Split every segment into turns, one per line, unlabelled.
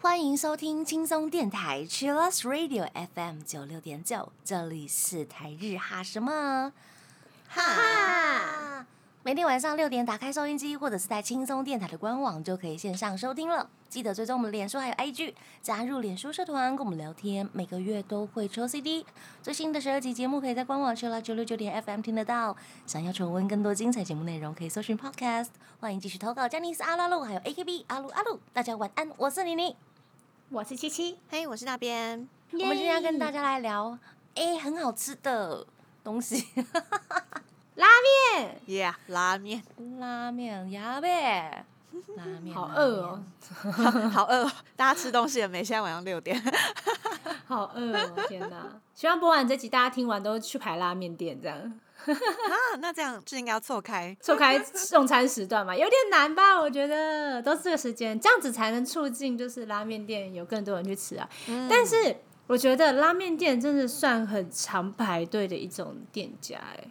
欢迎收听轻松电台 Chillus Radio FM 九六点九，这里是台日哈什么哈。每天晚上六点打开收音机，或者是在轻松电台的官网就可以线上收听了。记得追踪我们脸书还有 IG，加入脸书社团跟我们聊天，每个月都会抽 CD。最新的十二集节目可以在官网去了九六九点 FM 听得到。想要重温更多精彩节目内容，可以搜寻 Podcast。欢迎继续投稿，加尼斯阿拉路还有 AKB 阿鲁阿鲁。大家晚安，我是妮妮。
我是七七，
嘿我是那边。
我们今天要跟大家来聊，哎，很好吃的东 西，
拉面，
Yeah，拉面，
拉面呀呗，拉面，
好
拉
饿
面
哦，
好饿哦，大家吃东西了没？现在晚上六点。
好饿哦，天哪！希望播完这集，大家听完都去排拉面店，这样
啊，那这样就应该要错开。
错开用餐时段 嘛，有点难吧？我觉得都是这个时间，这样子才能促进就是拉面店有更多人去吃啊。但是我觉得拉面店真的算很常排队的一种店家、哎。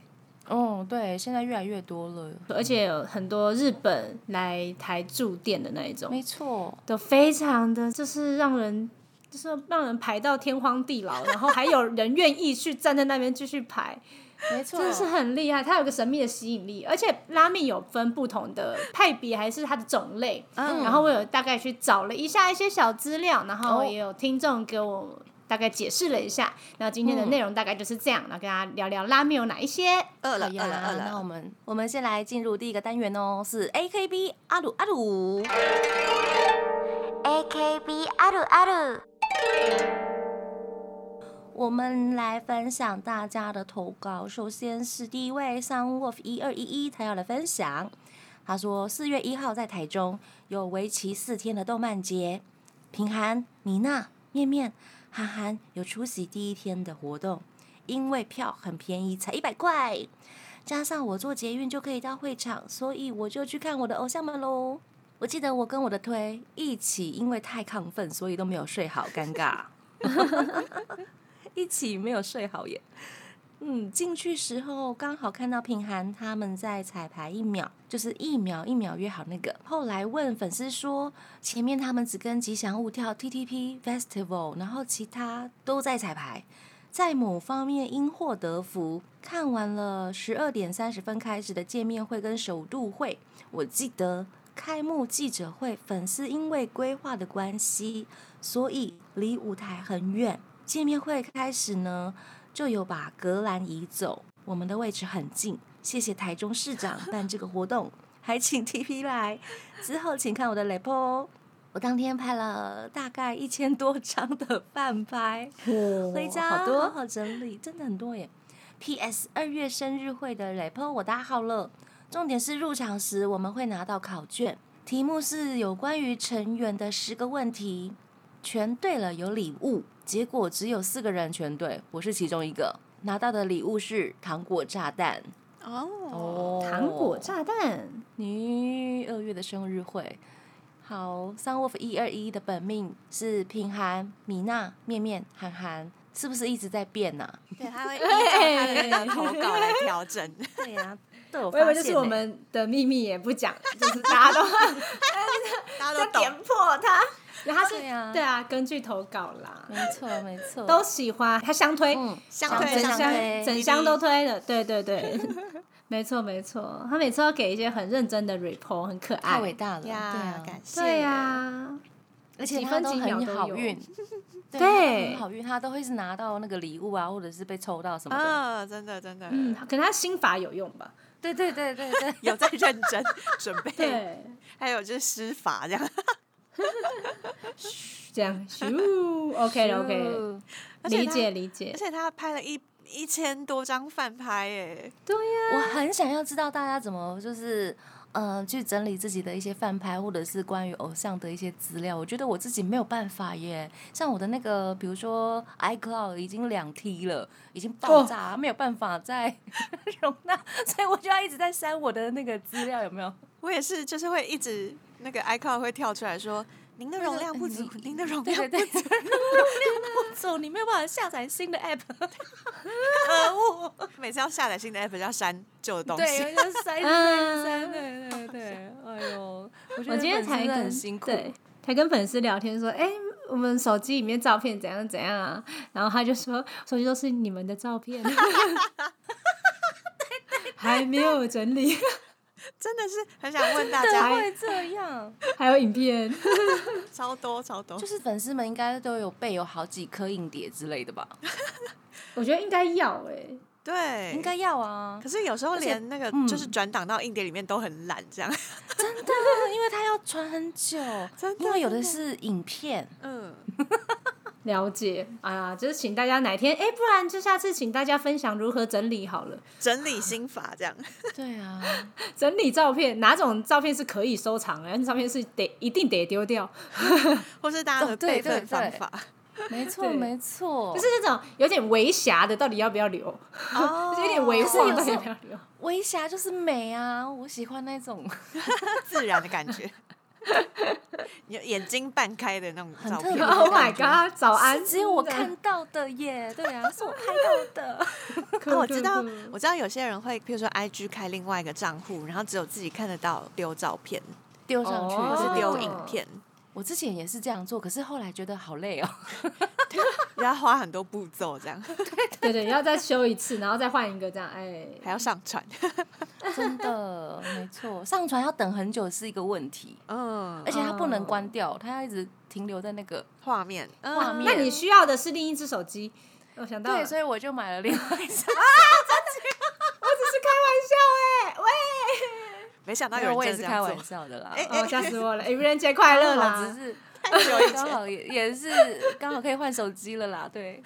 哦，对，现在越来越多了，
而且有很多日本来台驻店的那一种，
没错，
都非常的就是让人就是让人排到天荒地老，然后还有人愿意去站在那边继续排，
没错
真的是很厉害。它有个神秘的吸引力，而且拉面有分不同的派别，还是它的种类。
嗯
然后我有大概去找了一下一些小资料，然后
哦
也有听众给我大概解释了一下。然后今天的
嗯
内容大概就是这样，然后跟大家聊聊拉面有哪一些。
饿了，
好
饿
呀
了，饿
那我
了。
们我们先来进入第一个单元哦，是 AKB 阿鲁阿鲁。
AKB あるある
我们来分享大家的投稿。首先是第一位 Sun Wolf 一二一一，他要来分享。他说四月一号在台中有为期四天的动漫节，平涵、米娜、面面、涵涵有出席第一天的活动，因为票很便宜，才一百块，加上我坐捷运就可以到会场，所以我就去看我的偶像们喽。我记得我跟我的推一起，因为太亢奋，所以都没有睡好，尴尬。一起没有睡好耶。嗯，进去时候刚好看到品涵他们在彩排一秒，就是一秒一秒约好那个。后来问粉丝说，前面他们只跟吉祥物跳 TTP Festival，然后其他都在彩排，在某方面因祸得福。看完了十二点三十分开始的见面会跟首度会，我记得开幕记者会，粉丝因为规划的关系，所以离舞台很远。见面会开始呢，就有把隔栏移走，我们的位置很近。谢谢台中市 长办这个活动，还请 TP 来。之后请看我的 report 哦。我当天拍了大概一千多张的饭拍，回家
哦好
好
多
好整理，真的很多耶。P.S. 二月生日会的 report 我打好了，重点是入场时我们会拿到考卷，题目是有关于成员的十个问题，全对了有礼物。结果只有四个人全对，我是其中一个，拿到的礼物是糖果炸弹。
哦，
哦
糖果炸弹。
你二月的生日会。好，Sun Wolf 一二一的本命是品涵、米娜、面面、涵涵，是不是一直在变啊呐、
对，他 会依照他的那个投稿来调 整。
对呀、都有
我以为
发现
这
欸
是我
呢
们的秘密，也不讲，就是大家都
大家
都
都
点
懂。
破它。然后它是
对啊
对啊，根据投稿啦，
没错没错，
都喜欢，它相推，
嗯，
相
相
推
整
相
箱
推
整箱都推了，对对对，没错没错，他每次都给一些很认真的 report，很可
太伟
爱，
大了，对
哎呀
啊，，
感谢。
对啊呀，
而且
几
他
分
都
几秒
很
都
好
有
运，
对
他很好运，他都会是拿到那个礼物啊，或者是被抽到什么的，
啊，真的真的，
嗯，可能他心法有用吧，
对对对对 对，
有在认 真准备，
对，
还有就是施法这样。
这样咻，OK OK，
嗯
而且
理
他
解理解
而，且他拍了一一千多张饭拍耶，
对呀，
我很想要知道大家怎么就是。嗯，去整理自己的一些饭拍，或者是关于偶像的一些资料。我觉得我自己没有办法耶。像我的那个，比如说 iCloud 已经两 T 了，已经爆炸，没有办法再 容纳，所以我就要一直在删我的那个资料，有没有？
我也是，就是会一直那个 icon 会跳出来说：“您的容量不足，您的容
对对
量不
对，
足。
容量不足，你没有办法下载新的 app，可恶！
每次要下载新的 app 就要删旧的东
对，
西
有。点塞塞塞，对对对，哎呦，我觉得
我今天
日本
才
真的
跟
很辛苦，
对，才跟粉丝聊天说，哎、我们手机里面照片怎样怎样啊，然后他就说，手机都是你们的照片， 还没有整理，
真的是很想问大
怎么
家，
会这样？
还有影片，
超多超多
就，是粉丝们应该都有备有好几颗硬碟之类的吧？
我觉得应该要哎、
对，
应该。要啊
可，是有时候
而且
连那个
嗯
就是转档到硬碟里面都很懒，这样。
真的，因为它要传很久，
真的
因为有的
真的
是影片，
嗯，
了解啊，就是请大家哪天哎、不然就下次请大家分享如何整理好了，
整理心法这样。
对啊，
整理照片，哪种照片是可以收藏的，哪种照片是得一定得丢掉，
或是大家的
哦对
备
对
份方
对
法。
没错
对
没错，
就是那种有点微瑕的，到底要不要留？
哦
就是有点微
可是
晃，
有
到
时
底要
候
不要留？
微瑕就是美啊，我喜欢那种
自然的感觉， 眼眼睛半开的那种
很
照
特别
片。
Oh my
感觉
god！早安，啊
是只有我 看到的耶，对啊，是我拍到的，哦
酷。
哦我知道
酷，
我知道有些人会，譬如说 IG 开另外一个账户，然后只有自己看得到丢照片
丢上去
哦
或是丢
哦
影片，
我之前也是这样做，可是后来觉得好累哦。
然后花很多步骤，这样
对对，要再修一次，然后再换一个这样，哎，
还要上传。
真的，没错，上传要等很久是一个问题，
嗯
而，且它不能关掉，它要一直停留在那个。
画面，嗯
画面
那你需要的是另一只手机。我想到了，
对，
我只
所以我就买了另外一 张。
哦是开 玩笑哎，喂，
没想到
没有，
有人
我也
真
是
的这
开
样
玩
做，
笑的啦。
哎
哦，吓死 我了！愚人节快乐
刚好
啦
只！哦是
久以前
刚好也也是 刚好可以换手机了啦，对，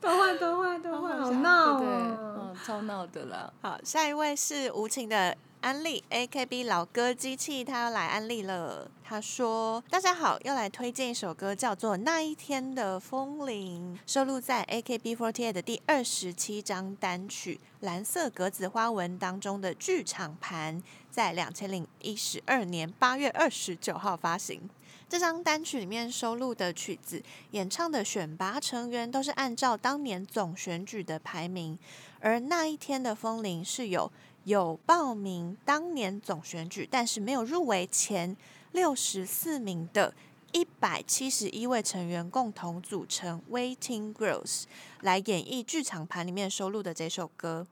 多换多换多换，好闹
对对，
哦！
嗯，超闹的啦。
好，下一位是无情的安利 AKB 老歌机器，他要来安利了。他说：“大家好，要来推荐一首歌，叫做《那一天的风铃》，收录在 AKB48 的第二十七张单曲《蓝色格子花纹》当中的《剧场盘》，在两千零一十二年八月二十九号发行。”这张单曲里面收录的曲子，演唱的选拔成员都是按照当年总选举的排名，而那一天的风铃是有有报名当年总选举，但是没有入围前六十四名的一百七十一位成员共同组成 Waiting Girls 来演绎剧场盘里面收录的这首歌。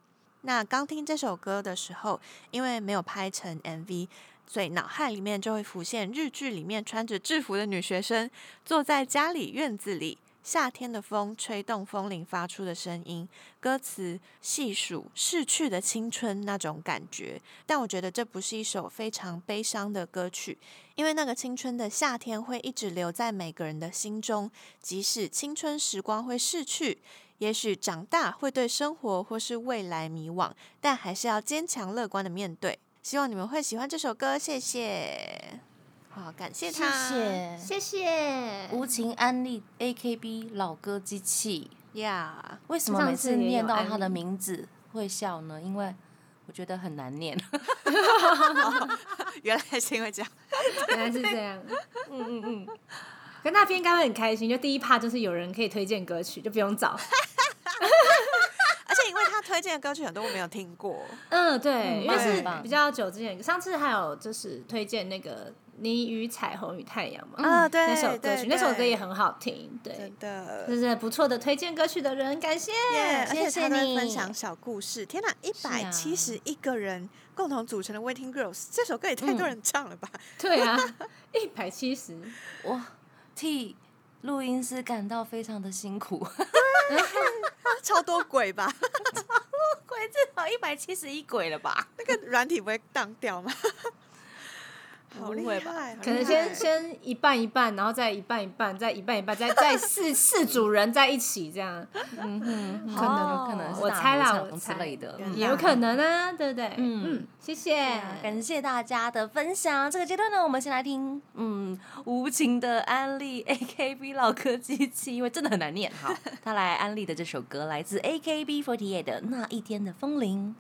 那刚听这首歌的时候，因为没有拍成 MV，所以脑海里面就会浮现日剧里面穿着制服的女学生坐在家里院子里，夏天的风吹动风铃发出的声音，歌词细数逝去的青春那种感觉。但我觉得这不是一首非常悲伤的歌曲，因为那个青春的夏天会一直留在每个人的心中，即使青春时光会逝去。也许长大会对生活或是未来迷惘，但还是要坚强乐观的面对。希望你们会喜欢这首歌，谢谢。好，感谢
谢
他，
谢
谢谢
无情安利 AKB 老歌机器。
呀
为什么
上
每
次
次
也
念
有
到
安
他的
利
名字会笑呢？因为我觉得很难念。
原来是因为这样，
原来是这 样，嗯嗯嗯。可那边应该会很开心，就第一趴就是有人可以推荐歌曲，就不用找。
而且因为他推荐的歌曲很多我没有听过，
嗯，对，因为
蛮
是
棒
比较久之前，上次还有就是推荐那个《你与彩虹与太阳》嘛，
啊，对，
嗯那首歌
对
曲，那首歌
对
也很好听，对
真，的
这。是不错的推荐歌曲的人，感谢。
耶！而且
谢
他都会
你
分享小故事。天哪，一百七十
是
一个人共同组成的 Waiting Girls，这首歌也太多人唱了吧？
对啊，一百七十，
我替录音师感到非常的辛苦，
超多鬼吧？
鬼至少一百七十一鬼了吧？
那个软体不会荡掉吗？好
不
厉
会吧
害！好
可能
厉
先
害
先一半一半，然后再一半一半，再一半一半，再再四四组人在一起这样，
嗯哼，可能
哦
可能是
我
大
猜啦
合
我
唱之
猜
类的。嗯
原来
有可能啊，对不对？
嗯
嗯，谢谢。
啊
感谢大家的分享。这个阶段呢，我们先来听，嗯，无情的安利 AKB 老歌机器，因为真的很难念。好，他来安利的这首歌来自 AKB48 的《那一天的风铃》。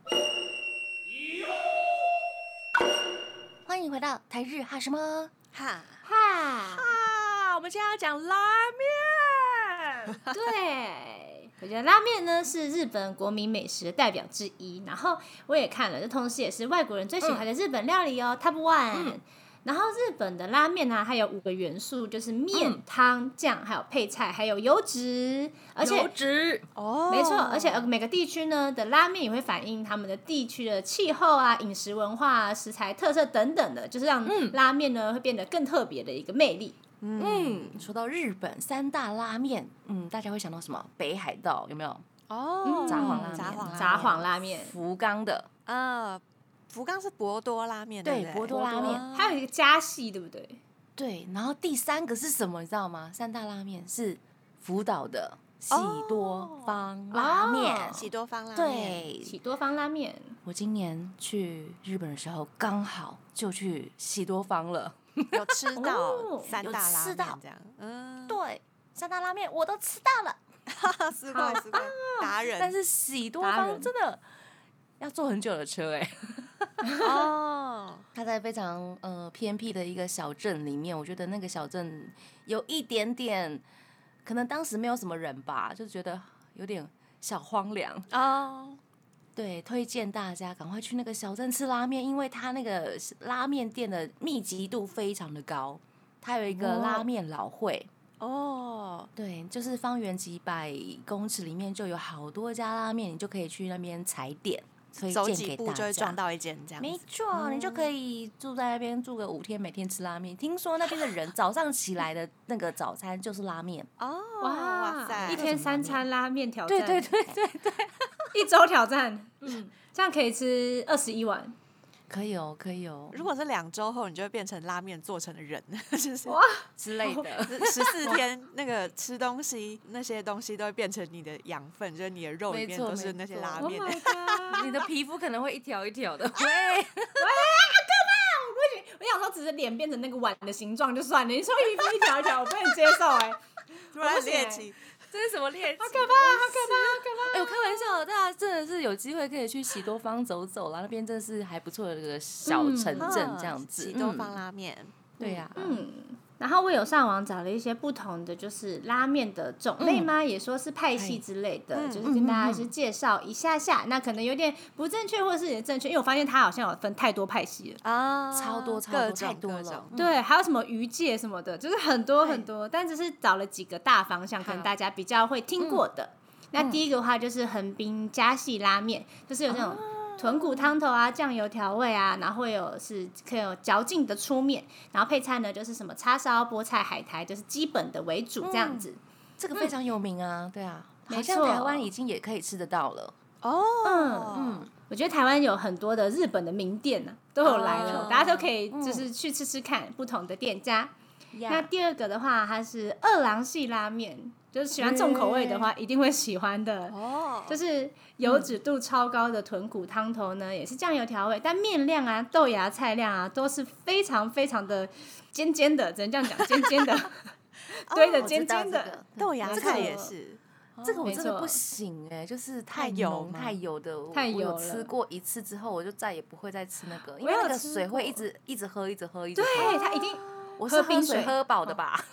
欢迎回到台日哈什么
哈，
哈，
啊？我们现在要讲拉面。
对，我觉得拉面呢是日本国民美食的代表之一。然后我也看了，这同时也是外国人最喜欢的日本料理哦、t o p One。然后日本的拉面呢、它有五个元素，就是面、汤、酱，还有配菜，还有油脂，而且
油脂
哦，
没错，而且呃每个地区呢的拉面也会反映他们的地区的气候啊、饮食文化、啊、食材特色等等的，就是让拉面呢会变得更特别的一个魅力。
嗯，说到日本三大拉面，嗯，大家会想到什么？北海道有没有？
嗯
哦，
札幌拉面
札幌拉面
札幌拉面，
福冈的，
啊，福冈是博多拉面，
对
不
博多拉面
哦
还有一个加系，对不对？
对。然后第三个是什么？你知道吗？三大拉面是福岛的喜多方拉面。
哦
喜多方拉面，
对，
喜多方拉面，
我今年去日本的时候，刚好就去喜多方了。
对， 有吃到
哦
三大
有
拉
吃
面
到
这样， 嗯，
对，三大拉面我都吃到了，
啊，是怪是怪，达人，
但是喜多
达
方
人
真的要坐很久的车哎、
哦，
它在非常呃偏僻的一个小镇里面，我觉得那个小镇有一点点，可能当时没有什么人吧，就觉得有点小荒凉。
哦，
对，推荐大家赶快去那个小镇吃拉面，因为它那个拉面店的密集度非常的高，它有一个拉面老会。
哦，
对，就是方圆几百公尺里面就有好多家拉面，你就可以去那边踩点，推
走
荐
几
给
步
大
就会
家
撞。到一间这样
没
子，哦
错，你就可以住在那边住个五天，每天吃拉面。听说那边的 人早上起来的那个早餐就是拉面，
哦，
哇，
哇塞，
一天三餐拉面
哦
挑战，
对对，对对，
一周挑战，嗯，这样可以吃二十一碗，
可以哦，可以哦
如果是两周后，你就会变成拉面做成的人， 就是
哇
之类 的。
十四天那个吃东西那些东西都会变成你的养分，就是你的肉里
没
面
错
都是
没
那些
错
拉
Oh
面。
my god！
你的皮肤可能会一条一条 的，喂，
我想说，只是脸变成那个碗的形状就算了，你说一一条一条，我不能接受哎、
突然
不行
猎
欸
奇，
这是什么猎奇？
好可怕，啊好可怕，好可怕！
哎、我开玩笑的，大家真的是有机会可以去喜多方走走啦，那边真的是还不错的一个小城镇
啊
这样子。
喜多
嗯
方拉面，
对啊呀、
啊嗯，然后我有上网找了一些不同的，就是拉面的种类吗？也说是派系之类的，
嗯
就是跟大家去介绍一下下。那可能有点不正确，或者是也正确，因为我发现它好像有分太多派系了。
啊
超多超多
各
太
种
多
各
了
种
对，还有什么鱼界什么的，就是很多很多，但只是找了几个大方向，可能大家比较会听过的。那第一个的话就是横滨加系拉面，就是有那种豚骨汤头啊、酱油调味啊，然后会有是可以有嚼劲的粗面，然后配菜呢就是什么叉烧、菠菜、海苔，就是基本的为主这样子。
这个非常有名啊，对啊，好
没
像
错
台湾已经也可以吃得到了。
哦，
嗯，
我觉得台湾有很多的日本的名店呢、都有来了，
哦
大家都可以就是去吃吃看不同的店家。那
呀，
第二个的话，它是二郎系拉面，就是喜欢重口味的话，
嗯
一定会喜欢的。
哦，
就是油脂度超高的豚骨汤头呢，也是酱油调味，但面量啊、豆芽菜量啊，都是非常非常的尖尖的，只能这样讲，尖 尖的，堆的
哦我
尖
知道
尖
这
的。
个
豆芽
这个哦
菜也是，
这个我
没
真的
错
不行哎、就是
太
太
油
浓
吗
太油的，我
太
我有
油
吃
了
过一次之后，我就再也不会再吃那个，因为
我有
那个
吃
水会
过
一直一直喝，一直喝，一直喝。，
对它一定，
我
喝
是喝
冰
水
水嗯
喝饱的吧？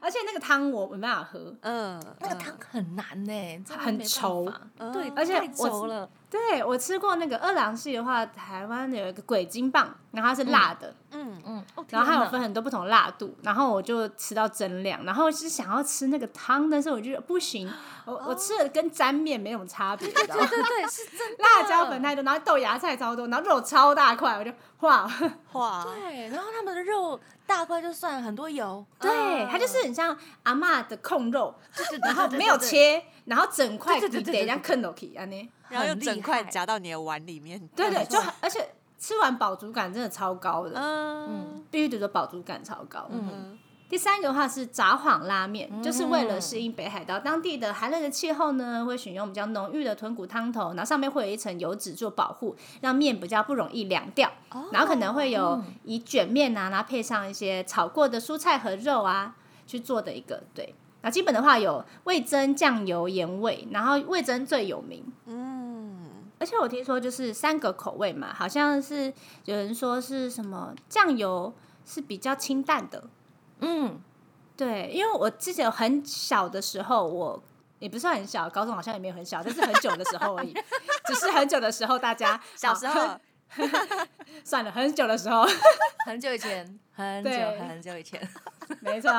而且那个汤我没办法喝。
嗯，
那个
嗯
汤很难呢、真的
很
没办
稠
法
嗯
对，
而且
太
我
稠
是
了。
对我吃过那个二郎系的话，台湾有一个鬼金棒，然后它是辣的，
嗯，
嗯，哦
然
天
后它有
哪
分很多不同的辣度，然后我就吃到增量，然后是想要吃那个汤，但是我觉得不行，我、我吃了跟沾面没什么差别，你知道吗
哦 对对对，是真的
辣椒粉太多，然后豆芽菜超多，然后肉超大块，我就哇，
嗯
哇，
啊
对，啊然后他们的肉大块就算了很多油，
对，它就是很像阿嬷的控肉，
对
然后没有，切，然后整块
对
你
对对对
得这样啃落去，安尼，
然后
很
用整
厉
块
害
夹到你的碗里面，
对对，就很而且吃完饱足感真的超高的，
嗯
必须得说饱足感超高，嗯。
嗯，
第三个的话是札幌拉面，就是为了适应北海道当地的寒冷的气候呢，会选用比较浓郁的豚骨汤头，然后上面会有一层油脂做保护，让面比较不容易凉掉。
嗯哦
然后可能会有以卷面啊，然后配上一些炒过的蔬菜和肉啊去做的一个对。那基本的话有味增、酱油、盐味，然后味增最有名。
嗯，
而且我听说就是三个口味嘛，好像是有人说是什么酱油是比较清淡的，
嗯，
对，因为我之前有很小的时候，我也不是很小，高中好像也没有很小，但是很久的时候而已，只是很久的时候，大家
小时候
好算了，很久的时候，
很久以 前，很久
对
很久以前，
没错，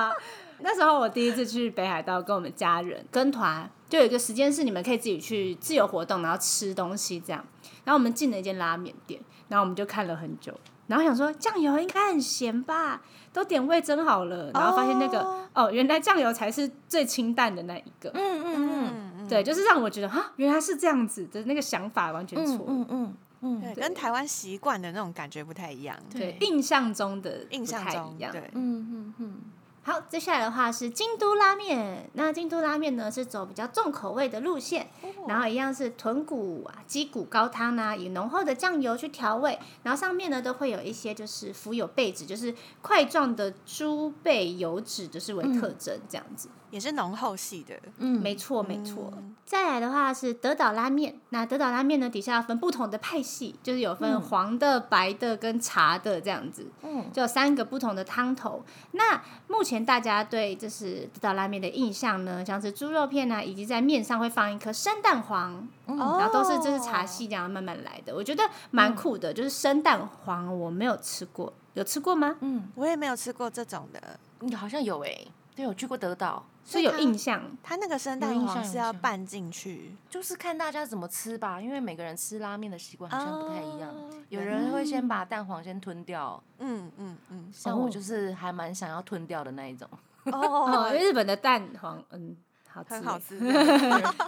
那时候我第一次去北海道，跟我们家人跟团，就有一个时间是你们可以自己去自由活动，然后吃东西这样。然后我们进了一间拉面店，然后我们就看了很久，然后想说酱油应该很咸吧，都点味增好了，然后发现那个哦原来酱油才是最清淡的那一个。
嗯嗯
嗯嗯，
对，就是让我觉得啊，原来是这样子的那个想法完全错
嗯嗯
了。
嗯嗯
对，跟台湾习惯的那种感觉不太一样。
对，
对
印象中的
印象
不太
中
一样。
对
嗯嗯嗯，
好，接下来的话是京都拉面。那京都拉面呢是走比较重口味的路线，
哦
然后一样是豚骨啊、鸡骨高汤啊，以浓厚的酱油去调味，然后上面呢都会有一些就是浮有贝子，就是块状的猪背油脂，就是为
嗯
特征这样子。
也是浓厚系的，
嗯
没错，没错。
嗯
再来的话是德岛拉面，那德岛拉面呢底下分不同的派系，就是有
嗯
分黄的、白的跟茶的这样子。
嗯
就有三个不同的汤头。那目前大家对就是德岛拉面的印象呢，像是猪肉片啊，以及在面上会放一颗生蛋黄，
哦嗯
然后都是就是茶系这样慢慢来的，我觉得蛮酷的。就是生蛋黄我没有吃过，有吃过吗？
嗯，
我也没有吃过这种的。
你好像有哎、对，我去过德岛，
是有印象，
它那个生
有
蛋
印
黄
象
是
有印
要
象
拌进去，
就是看大家怎么吃吧，因为每个人吃拉面的习惯好像不太一样。
哦
有人会
嗯
先把蛋黄先吞掉，
嗯嗯嗯，
像
哦
我就是还蛮想要吞掉的那一种。
哦，因
哦，
为日本的蛋黄，嗯，好吃，
很好吃，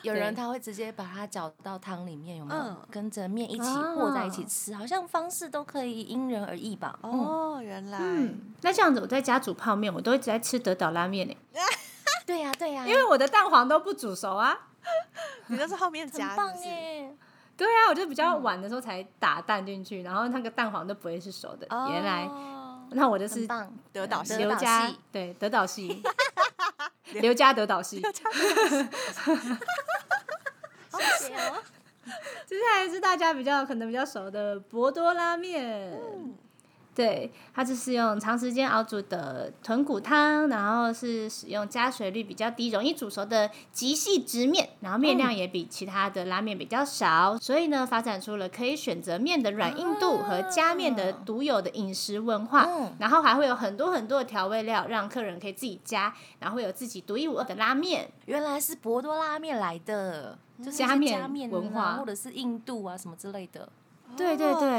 有
对
人他会直接把它搅到汤里面，有没有？
嗯
跟着面一起
啊
和在一起吃，好像方式都可以因人而异吧。嗯，
哦，原来，
嗯，那这样子，我在家煮泡面，我都一直在吃德岛拉面呢、
对呀、对呀、
因为我的蛋黄都不煮熟啊。
你都是后面夹，
很棒
是不是
耶！
对啊，我就比
嗯
较晚的时候才打蛋进去，然后那个蛋黄都不会是熟的。原来，
哦
那我就是
很棒，哦
德岛
德
是
岛
刘家
系
对德 岛系，刘家德岛系。
谢谢哦。
接下来是大家比较可能比较熟的博多拉面。对，它就是用长时间熬煮的豚骨汤，然后是使用加水率比较低、容易煮熟的极细直面，然后面量也比其他的拉面比较少，所以呢，发展出了可以选择面的软硬度和加面的独有的饮食文化，
嗯
然后还会有很多很多的调味料，让客人可以自己加，然后会有自己独一无二的拉面。
原来是博多拉面来的，就是一些
加面
加面啊
文化
或者是印度啊什么之类的。
对对对。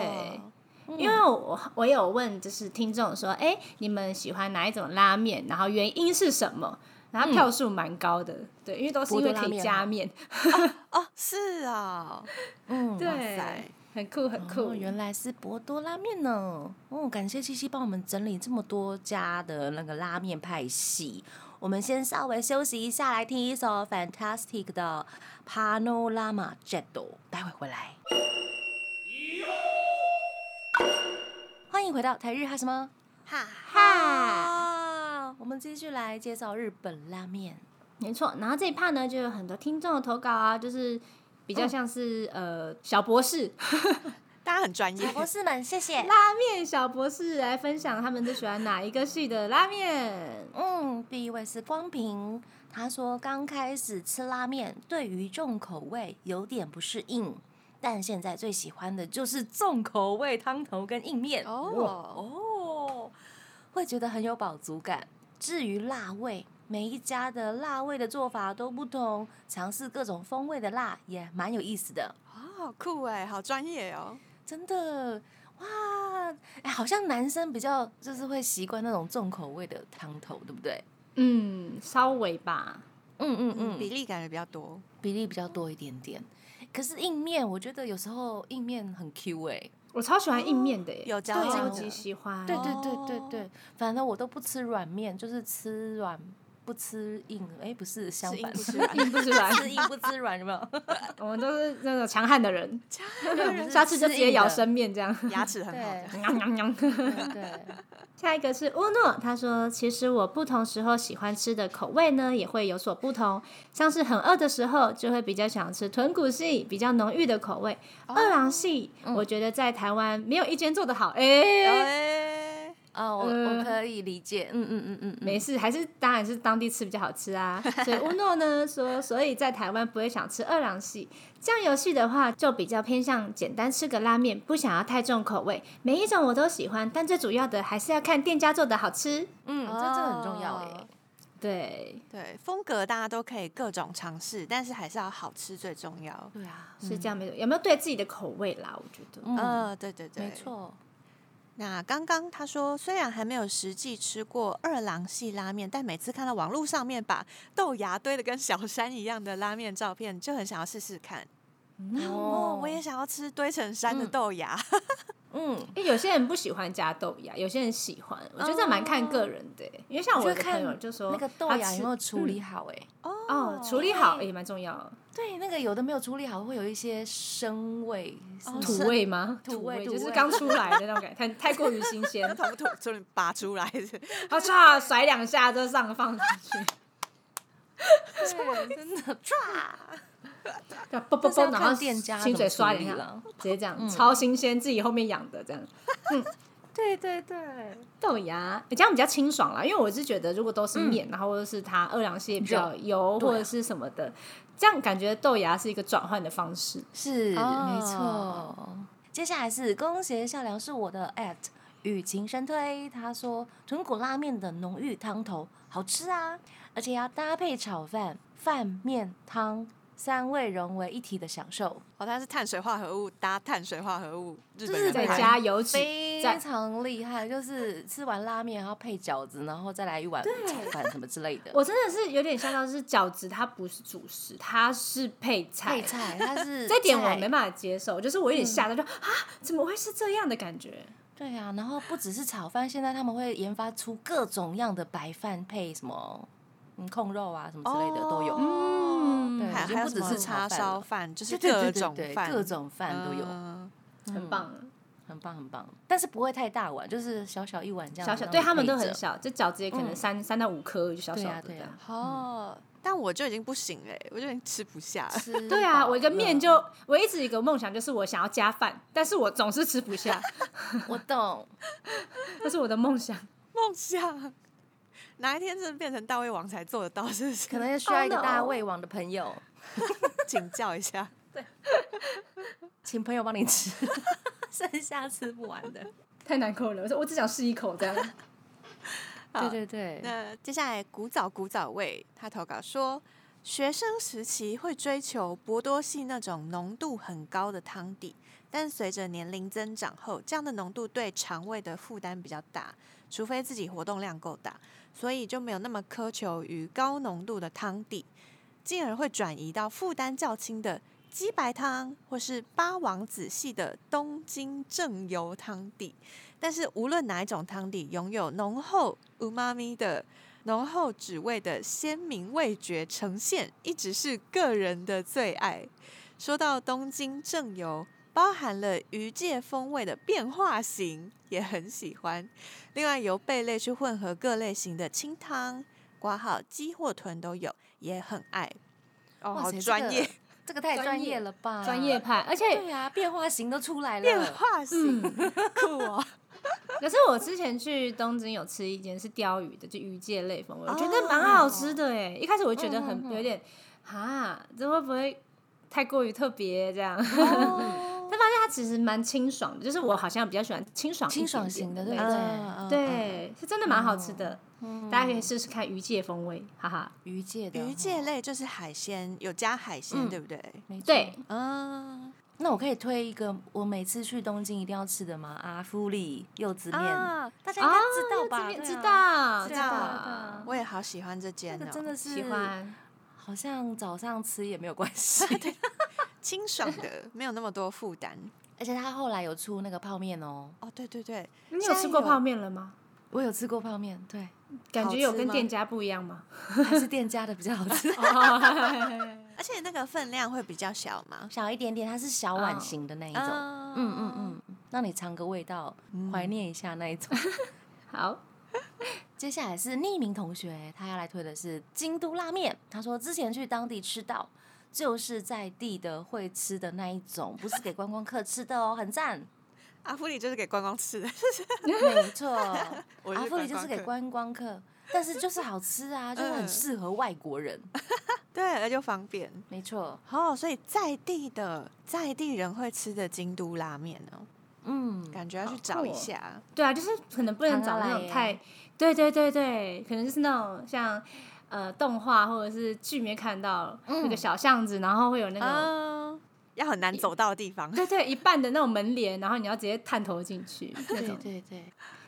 哦
因为我我有问，就是听众说，哎、你们喜欢哪一种拉面？然后原因是什么？然
嗯
后票数蛮高的，对，因为都是因为可以加面，
哦，是啊，
嗯，
对
哇塞，
很酷很酷。
哦，原来是博多拉面呢。哦，感谢七七帮我们整理这么多家的那个拉面派系。我们先稍微休息一下，来听一首 Fantastic 的 Panorama Jet，待会回来。欢迎回到台日哈什么
哈
哈，
啊？我们继续来介绍日本拉面。
没错。然后这一趴呢，就有很多听众的投稿啊，就是比
嗯
较像是、呃小博士
大家很专业
小，博士们，谢谢。
拉面小博士来分享他们最喜欢哪一个系的拉面。
嗯，第一位是光平，他说刚开始吃拉面，对于重口味有点不适应，但现在最喜欢的就是重口味汤头跟硬面
哦
哦，会觉得很有饱足感。至于辣味，每一家的辣味的做法都不同，尝试各种风味的辣也蛮有意思的，
哦，好酷哎，好专业哦，
真的。哇，哎，好像男生比较就是会习惯那种重口味的汤头，对不对？
嗯，稍微吧。
嗯嗯
嗯，
嗯，
比例感觉比较 多，
比例比较多一点点。可是硬面，我觉得有时候硬面很 Q 哎、
我超喜欢硬面的耶，
哦
啊
有嚼
劲
超
的
级喜欢。
哦
对对对对对，反正我都不吃软面，就是吃软不吃硬。哎、不是相
是硬
反，
不吃
硬不是软，
吃硬不吃软，有没 有？
我们都是那种强悍的人，
人
下次就直接咬
吃硬
生面这样。 嗯
牙齿很好
对
的，
喵喵喵
对对，
嗯下一个是乌诺，他说：“其实我不同时候喜欢吃的口味呢，也会有所不同。像是很饿的时候，就会比较想吃豚骨系比较浓郁的口味；
哦嗯
二郎系，我觉得在台湾没有一间做得好。哎、
哎，
哦，我
呃
我可以理解，嗯嗯嗯嗯嗯，
没事，还是当然是当地吃比较好吃 啊。所以乌诺呢说，所以在台湾不会想吃二郎系酱油系的话，就比较偏向简单吃个拉面，不想要太重口味。每一种我都喜欢，但最主要的还是要看店家做的好吃。
嗯，这真的很重要
哦
哎。
对，
对，风格大家都可以各种尝试，但是还是要好吃最重要。
对啊，
是这样没有？有没有对自己的口味啦？我觉得，
嗯，
呃，对对对，
没。错，
那刚刚他说，虽然还没有实际吃过二郎系拉面，但每次看到网络上面把豆芽堆的跟小山一样的拉面照片，就很想要试试看。哦，我也想要吃堆成山的
嗯
豆芽。
嗯，
因为有些人不喜欢加豆芽，有些人喜欢，我觉得这蛮
哦
看个人的欸、因为像我
就
的朋
看
友就说
那个豆
他
芽
吃
有哎没有处理好
啊
哎。
嗯
哦，处理好也蛮重要的，
对，那个有的没有处理好，会有一些生味，是吗
哦
土
是
味吗？
土味
就
土
是
味
刚出来的那种感觉，太太过于新鲜
那，同不同从里拔出来的？
啊唰甩两下就上放进去，
对真的这是要
对， 啵啵啵，然
看
后
店家
清
怎
水
么
刷
处
两
理嗯
下
了，
直接这样超新鲜，自己后面养的这样。
对对对，
豆芽，这样比较清爽啦。因为我是觉得，如果都是面，然后或者是它二郎系也比较油
嗯对啊
或者是什么的，这样感觉豆芽是一个转换的方式。
是没
哦
错。接下来是公邪笑聊是我的 at 雨晴生推，他说豚骨拉面的浓郁汤头好吃啊，而且要搭配炒饭、饭面汤三味融为一体的享受，
哦，它是碳水化合物搭碳水化合物，日本
是
人
在
再
派
加油脂，
非
在
常厉害。就是吃完拉面，然后配饺子，然后再来一碗炒饭什么之类的。
我真的是有点吓到，是饺子它不是主食，它是配 菜。
配菜，它是
这点我
菜
没办法接受，就是我有点吓到，
嗯
就啊，怎么会是这样的感觉？
对啊，然后不只是炒饭，现在他们会研发出各种样的白饭配什么，嗯，控肉啊什么之类的都有。
哦
嗯，
对
还
已经
还有
不
什
只
么
是炒
叉
饭
烧
了
饭，就是
对对
各
对
种
对
饭，
对，各种饭都有，
嗯
很棒，
很棒很棒。但是不会太大碗，就是小小一碗这样子。
小小
让
对
你
他们
配
都很
着。
小，这饺子也可能
嗯
三三到五颗，就小
对
小
啊
的这
对啊
样。
哦，但我就已经不行了，我就已经吃不 下了。
吃
对啊，
饱
我一个面
了
就，我一直有一个梦想就是我想要加饭，但是我总是吃不下，
我懂，
这是我的梦想。
梦想，哪一天真的变成大胃王才做得到，是不是？
可能需要一个
Oh no
大胃王的朋友，
请教一下。
请朋友帮你吃， 剩下吃不完 的。
太难过了，我说我只想试一口 这样。
好
对对对，
那接下来古早古早味，他投稿说，学生时期会追求博多系那种浓度很高的汤底，但随着年龄增长后，这样的浓度对肠胃的负担比较大，除非自己活动量够大，所以就没有那么苛求于高浓度的汤底，进而会转移到负担较轻的。鸡白汤或是八王子系的东京正油汤底，但是无论哪一种汤底，拥有浓厚umami 的浓厚脂味的鲜明味觉呈现，一直是个人的最爱。说到东京正油，包含了鱼介风味的变化型，也很喜欢。另外由贝类去混合各类型的清汤、挂号鸡或豚都有，也很爱。哦，
哇
好
塞，
专业，，
这个太
专
专
业
业了吧？
专业派，而且
啊对啊，变化型都出来了，
变化型，
嗯
酷哦！
可是我之前去东京有吃一间是鲷鱼的，就鱼介类风
哦
味，我觉得蛮好吃的哎。一开始我觉得很有
嗯
点啊，这会不会太过于特别这样？
哦
但发现它其实蛮清爽的，就是我好像比较喜欢清爽一
清爽
点点
型的，
那
对不嗯
种
对？嗯
对，是真的蛮好吃的，大家可以试试看鱼介风味，哈哈。
鱼界的
鱼介
哦，
类就是海鲜，有加海鲜，
嗯
对不对？
没错
对，
嗯，
那我可以推一个我每次去东京一定要吃的吗？阿芙里柚子面，
啊
大家应
啊，
该知道吧？
这边
对啊
知，道，
知嗯
道
道，
我也好喜欢这
这
间
个
哦，
真的是
喜欢。
好像早上吃也没有关系。
清爽的， 没有那么多负担。
而且他后来有出那个泡面哦，
哦，对对对，
你
现
有
在
吃过
有
泡面了吗？
我有吃过泡面， 对，
感觉有
好吃
跟
吗
店家不一样吗？
还是店家的比较好吃，
而且那个分量会比较小嘛。
小一点点，它是小碗型的那一种，
嗯
嗯嗯嗯，让你尝个味道，怀念一下那一种。
好，
接下来是匿名同学，他要来推的是京都拉面。他说之前去当地吃到， 就是在地的会吃的那一种，不是给观光客吃的哦，很赞。
阿芙里就是给观光吃的，
没错，
我
阿
是
芙里
观
就是
光
给
客嗯
观光客，但是就是好吃啊，就是很适合外国人，
对，那就方便。
没错，
哦，所以在地的在地人会吃的京都拉面呢，
嗯，
感觉要去找一下。
对啊，就是可能不能找那
唐老
种
鸭
太，对对对对，可能就是那种像呃动画或者是剧里面看到那个小巷子，然后会有那种。
嗯，要很难走到的地 方。
对对，一半的那种门帘，然后你要直接探头进去那
对
种。
对对，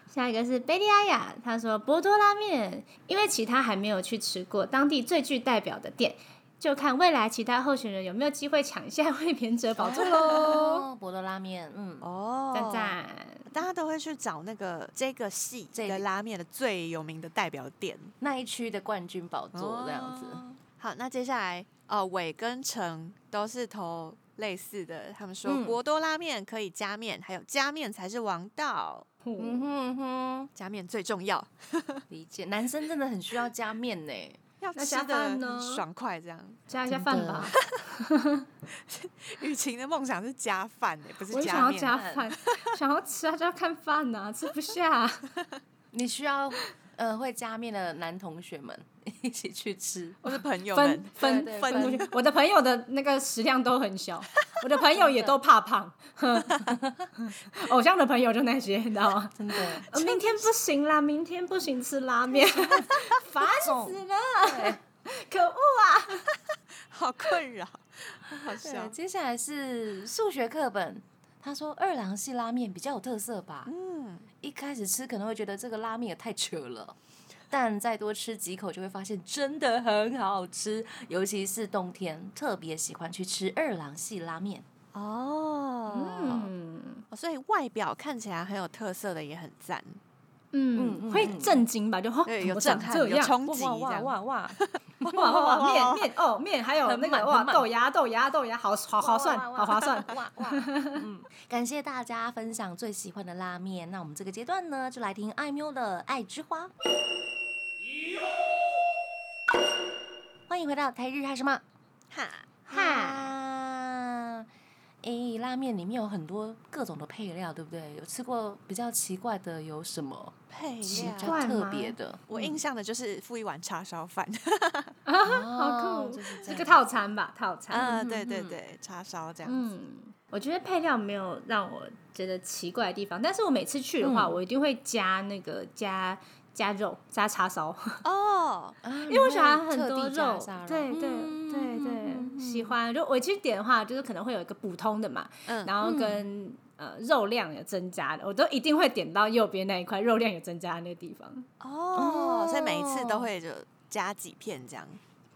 下一个是贝利亚雅，他说博多拉面，因为其他还没有去吃过，当地最具代表的店，就看未来其他候选人有没有机会抢下卫冕者宝座 喽。
哦，博多拉面，嗯，
哦，
赞赞，
大家都会去找那个这个系
这
的
里
拉面的最有名的代表店，
那一区的冠军宝座这样子，
哦好，那接下来呃，伟跟成都是投类似的，他们说
嗯
博多拉面可以加面，还有加面才是王道，
嗯
嗯，
哼哼，
加面最重要，
理解，男生真的很需要加面呢，
要
那
吃
加
的
饭呢
很爽快这样。
加一下饭吧。
雨晴的梦想是加饭哎，不是
我也
加
想
面
要。加饭， 想要吃啊，就要看饭呐、吃不下、啊
你需要呃会加面的男同学们一起去吃，
我是朋友
分
们，
分
对
分
出去我的朋友的那个食量都很小，我的朋友也都怕胖。 偶像的朋友就那些，你知道吗？
真 的
呃明天不行啦，明天不行吃拉面， 烦
重
死了，可恶啊！
好困扰，好
对，
笑。
接下来是数学课本。他说二郎系拉面比较有特色吧，
嗯，
一开始吃可能会觉得这个拉面也太扯了，但再多吃几口就会发现真的很好吃，尤其是冬天，特别喜欢去吃二郎系拉面。
哦，
嗯
所以外表看起来很有特色的也很赞，
嗯
嗯，
嗯
会
嗯
震惊吧？就哦，
对，有
怎
震
么长
撼，
这
有
样，
冲击，这
哇
样。
哇哇！
哇哇哇哇面面哦面，还有
很
那个
满
哇
很满
豆芽豆芽豆芽，好好划算，好划算。
哇哇！嗯， 感谢大家分享最喜欢的拉面。那我们这个阶段呢，就来听艾喵的《爱之花》。欢迎回到台日哈什么
哈，
嗯哈？诶，拉面里面有很多各种的配料，对不对？有吃过比较奇怪的有什么？
配
比
料
较特别的，
我印象的就是付一碗叉烧饭，
啊好
哦
酷
就是这
一个
样
套餐吧，套餐。
嗯，对对对，叉烧这样子。
嗯，我觉得配料没有让我觉得奇怪的地方，但是我每次去的话，
嗯
我一定会加那个加加肉加叉烧，
哦，
因
因为我喜欢很
嗯
多肉，对对对对，喜欢。就我去点的话，就是可能会有一个普通的嘛，
嗯
然后跟、呃肉量有增加的，我都一定会点到右边那一块肉量有增加的那个地方。
哦，
哦
所以每一次都会就加几片这样。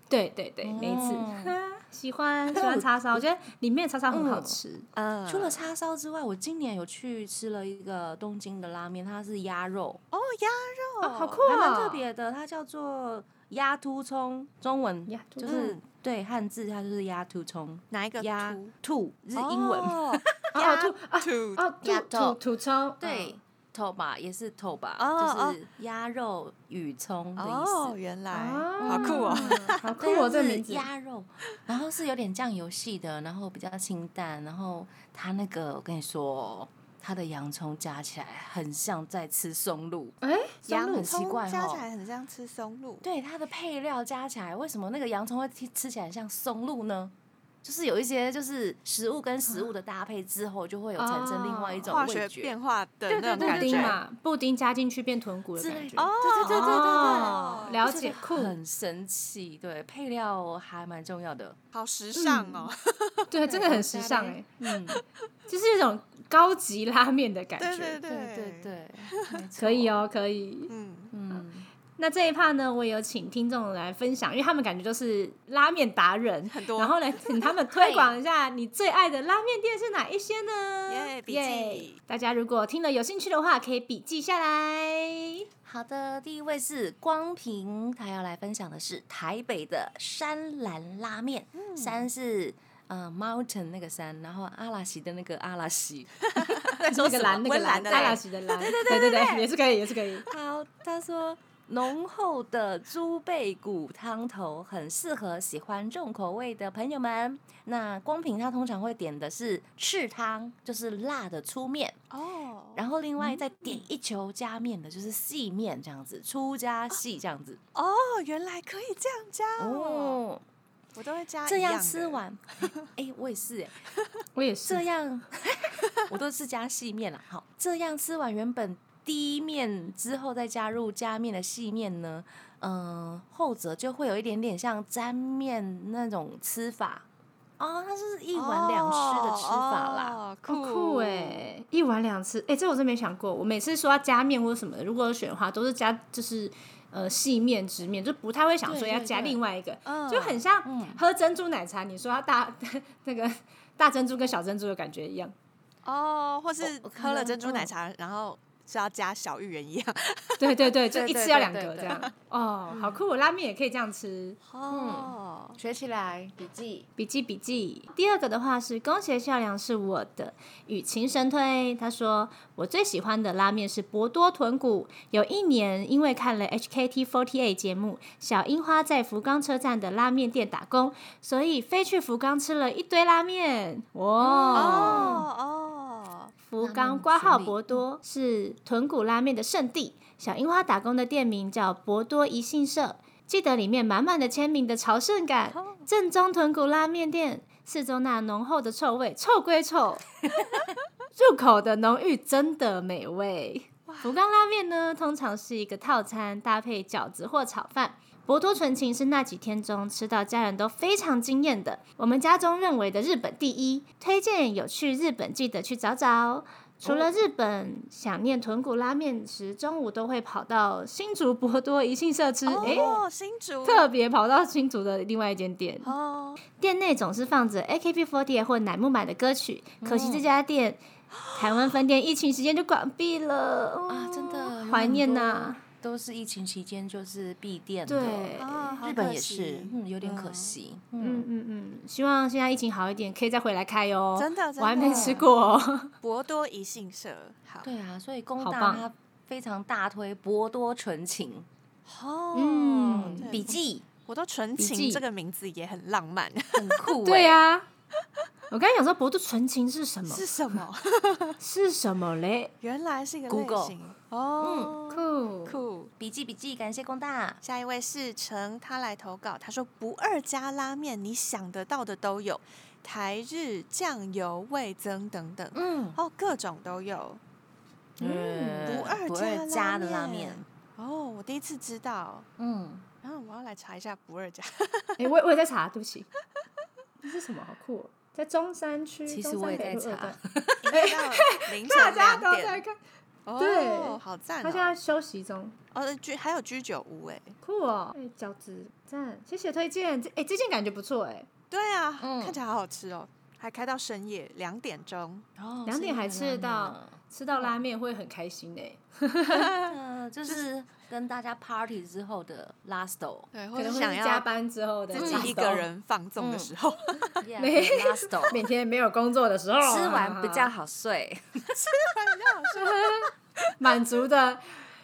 对对对，每一次、 啊喜欢喜欢叉烧，我觉得里面的叉烧很好吃。
嗯，
除了叉烧之外，我今年有去吃了一个东京的拉面，它是鸭肉，
哦鸭肉，
啊好酷
还蛮
哇
特别的，它叫做鸭突葱，中文
呀就
就是是对汉字它就是鸭突葱，
哪一个
鸭
兔
兔是英文，
哦
啊
鸭
兔啊
兔
哦，
鸭
土土
头
土葱
对。头吧也是头吧，
哦
就是鸭肉与葱的意
哦，
思。
原来
啊
好酷哦。
好酷
对
哦，
它是
这个名字。
鸭肉，然后是有点酱油系的，然后比较清淡，然后它那个我跟你说，哦它的洋葱加起来很像在吃松露，
哎，
羊很奇
葱
怪
加
哦
起来很像吃松露，
对它的配料加起来，为什么那个洋葱会吃吃起来像松露呢？就是有一些就是食物跟食物的搭配之后，就会有产生另外一种
哦化学
味觉。
变化的那种
布
感
丁
觉。
嘛，布丁加进去变豚骨的
之
感
类
觉。
的
哦，
对对对对
哦
对对对，
了
就
解
是
酷，
很神奇，对配料还蛮重要的。
好时尚哦。
对，真的很时尚哎、
嗯，
就是一种高级拉面的感觉。
对对
对对
对，
对，没错
可以，哦，可以。
嗯，
嗯，
那这一趴呢，我有请听众来分享，因为他们感觉就是拉面达人，
很多
然后 来请他们推广一下你最爱的拉面店是哪一些呢？
耶笔记
嗯耶大家如果听了有兴趣的话，可以笔记下来。
好的，第一位是光平，他要来分享的是台北的山兰拉面。
嗯
山是呃 mountain 那个山，然后阿拉西的那个阿拉 西。
那个蓝，那个
温
蓝，
岚的
阿
蓝
拉西的蓝，对对对对，也是可以，也是可以。
好，他说浓厚的猪背骨汤头，很适合喜欢重口味的朋友们。那光平他通常会点的是赤汤，就是辣的粗面，
哦，
然后另外
嗯
再点一球加面的，就是细面这样子，粗加细这样子。
哦，原来可以这样加哦，
哦，
我都会加
这
啊一样
样
的
吃完，哎、我也是哎、
我也是
这，样， 我都是加细面啦。好，这样吃完原本低面之后，再加入加面的细面呢，嗯、后者就会有一点点像沾面那种吃法哦，它是一碗两吃的吃法啦。
哦哦
好
酷
酷哎、一碗两次哎、这我真没想过。我每次说要加面或者什么的，如果有选的话，都是加就是呃细面、直面，就不太会想说
对
要
对
加
对
另外一个，
嗯
就很像喝珍珠奶茶，你说要大 那个大珍珠跟小珍珠的感觉一样。
哦，或是
我可
喝了
能
珍珠奶
嗯
茶，然后是要加小芋圆一样。
对对对，就
对
一
对
次要
对
两
对
个这
对
样。哦，好酷！拉面也可以这样吃。
哦，
学起来，笔记。
笔记笔记。第二个的话是宫胁孝良是我的雨晴神推，他说我最喜欢的拉面是博多豚骨。有一年因为看了 HKT48 节目，小樱花在福冈车站的拉面店打工，所以飞去福冈吃了一堆拉面。哇、哦，
哦哦，
福冈挂号博多是豚骨拉面的圣地，小樱花打工的店名叫博多一信社。记得里面满满的签名的朝圣感，正宗豚骨拉面店，四周那浓厚的臭味，臭归臭，入口的浓郁真的美味。福冈拉面呢，通常是一个套餐，搭配饺子或炒饭。博多纯情是那几天中吃到家人都非常惊艳的，我们家中认为的日本第一，推荐有去日本记得去找找。除了日本，想念豚骨拉面时，中午都会跑到新竹博多一庆社吃，诶、
哦，新竹
特别跑到新竹的另外一间店，
哦，
店内总是放着 AKB48 或乃木坂的歌曲，可惜这家店、台湾分店疫情时间就关闭了、
啊真的
哦
有
怀
很
念
多
呐、
都是疫情期间就是闭店的，
对，
啊好
日本
可
也是
惜，
嗯，有点可
嗯
惜，
嗯嗯嗯，希望现在疫情好一点，可以再回来开哦。
真的真
我还没
的
吃过、哦。
博多一信社，好，
对啊，所以工
好
大
棒
他非常大推博多纯情
哦，
嗯
对
笔，记，
博多纯
笔记
情这个名字也很浪漫，
很 酷、欸，
对啊呀、我刚才想说博多纯情是什么？
是什么？
是什么嘞？
原来是一个类
Google
型哦，
嗯酷
酷。
笔记笔记，感谢工大。
下一位是陈，他来投稿，他说不二家拉面，你想得到的都有，台日酱油味增等等，
嗯，
哦，各种都有。
嗯
不二
不二
家
家的拉面，
哦，我第一次知道，
嗯，
然后我要来查一下不二家。
哎、我我也在查，对不起，这是什么？好酷、哦，在中山区。
其实
中山
我也
北
在
路二
查
段，
凌
大
晨
家
两
都在
点，
看，
哦，
对
好赞
他现
哦！
在休息中。
哦，居还有居酒屋哎，
酷哦！哎、饺子赞，谢谢推荐。这哎、这件感觉不错哎、
对啊，
嗯
看起来好好吃哦，还开到深夜两点钟，
哦
两点还吃得到，吃到拉面会很开心哎、
呃，就是跟大家 party 之后的 last o
对，
可
或者
能会
想
是加
要
班嗯之后的
自己一
那
个
种，
人放纵的时候，
y e
没
last o
每天没有工作的时候，
吃完比较好睡，
满足的、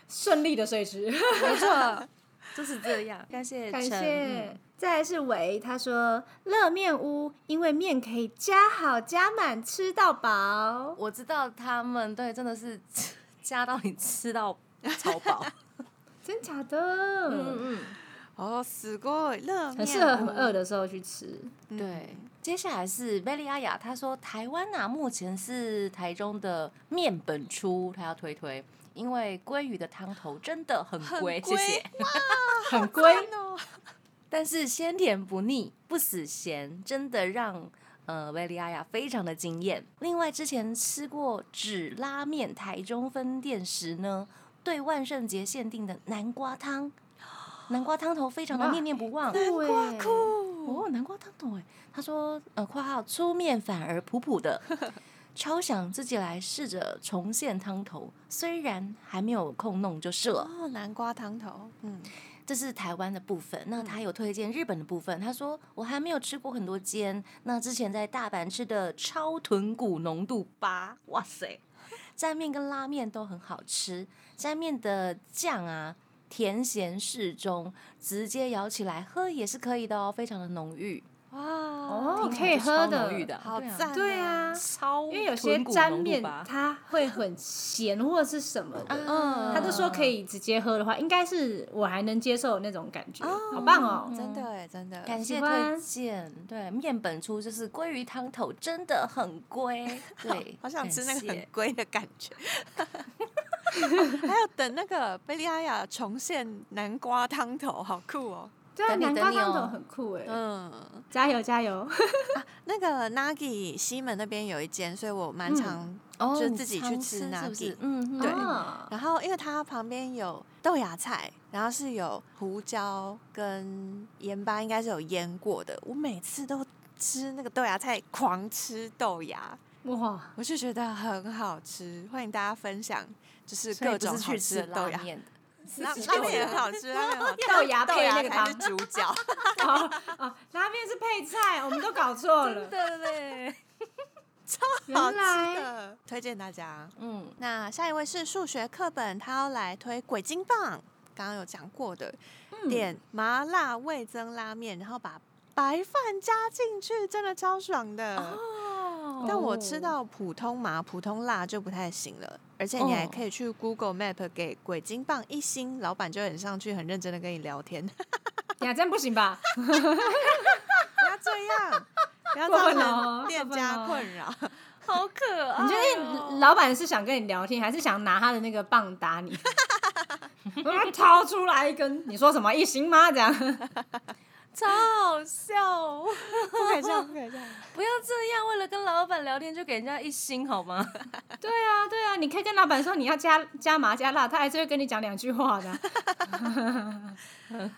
顺利的睡姿。
没错，就是这样。感谢
感
陈
谢。
嗯
再来是维，他说热面屋，因为面可以加好加满，吃到饱。
我知道他们对真的是 加到你吃到超饱，
真假的？
嗯
哦，死过热面，
很适合很饿，的时候去吃。
嗯，对。接下来是贝利亚雅，她说台湾啊，目前是台中的面本出，她要推推，因为鲑鱼的汤头真的很
很
贵，谢谢
贵。
很贵
哦，
但是鲜甜不腻，不死咸，真的让呃维利亚雅非常的惊艳。另外，之前吃过纸拉面台中分店时呢，对万圣节限定的南瓜汤，南瓜汤头非常的
哇
念念不忘。
南瓜
酷，
哦，南瓜汤头哎，他说呃（括号粗面反而普普的），超想自己来试着重现汤头，虽然还没有空弄就是了。
哦，南瓜汤头，嗯，
这是台湾的部分。那他有推荐日本的部分，他说我还没有吃过很多间。那之前在大阪吃的超豚骨浓度八，哇塞，沾面跟拉面都很好吃。沾面的酱啊，甜咸适中，直接舀起来喝也是可以的哦，非常的浓郁，
哇，
哦
听起
可
来
以
就
喝
超浓郁
的
的，
好
对啊
赞、哦
对啊，
超
因为有些
嗯豚骨
沾
浓度
面
吧
它会很咸或者是什么的，
嗯
他都说可以直接喝的话，应该是我还能接受的那种感觉，好棒哦！
嗯
真的哎，真的，
感谢
喜欢
推荐，对面本初就是鲑鱼汤头真的很 龟，对，
好想
感
吃那个很
谢
贵的感觉。 还有等那个贝利亚雅重现南瓜汤头，好酷哦！
对啊，
等你
南瓜
等你
汤
哦
头很酷哎，
嗯，
加油加油！
那个 Nagi 西门那边有一间，所以我蛮常。
哦，
就
你
自己去
常
吃
吃
那
是不
地
是？嗯，
对
嗯
哦
然后因为它旁边有豆芽菜，然后是有胡椒跟盐巴，应该是有腌过的。我每次都吃那个豆芽菜，狂吃豆芽，
哇，
我就觉得很好吃。欢迎大家分享，就是
所以
各
不
种
是
好
去
吃
吃
的豆
拉
芽。
面的，
拉拉面也很好吃，拉面很好吃
豆芽
豆
配
芽
那个
才是
汤
主角，
哦哦，拉面是配菜，我们都 搞错了，
对嘞，
原
好 吃
来
的，推荐大家。
嗯，
那下一位是数学课本，他要来推鬼金棒，刚刚有讲过的，点麻辣味增拉面，然后把白饭加进去，真的超爽的。但我吃到普通麻、普通辣就不太行了，而且你还
哦
可以去 Google Map 给鬼金棒一星，老板就很上去，很认真的跟你聊 天。
呀，这样不行吧？
哎
不要这样，不要
过
造
分了哦
成店
过分了
家
哦
困扰。
好可爱
你觉
哦
得老板是想跟你聊天，还是想拿他的那个棒打你？ 他掏出来一根，你说什么一行吗？这样
超好笑，
不可以这样，不可以这样。
不要这样，为了跟老板聊天就给人家一星好吗？
对啊，对啊，你可以跟老板说你要加加麻加辣，他还是会跟你讲两句话 的。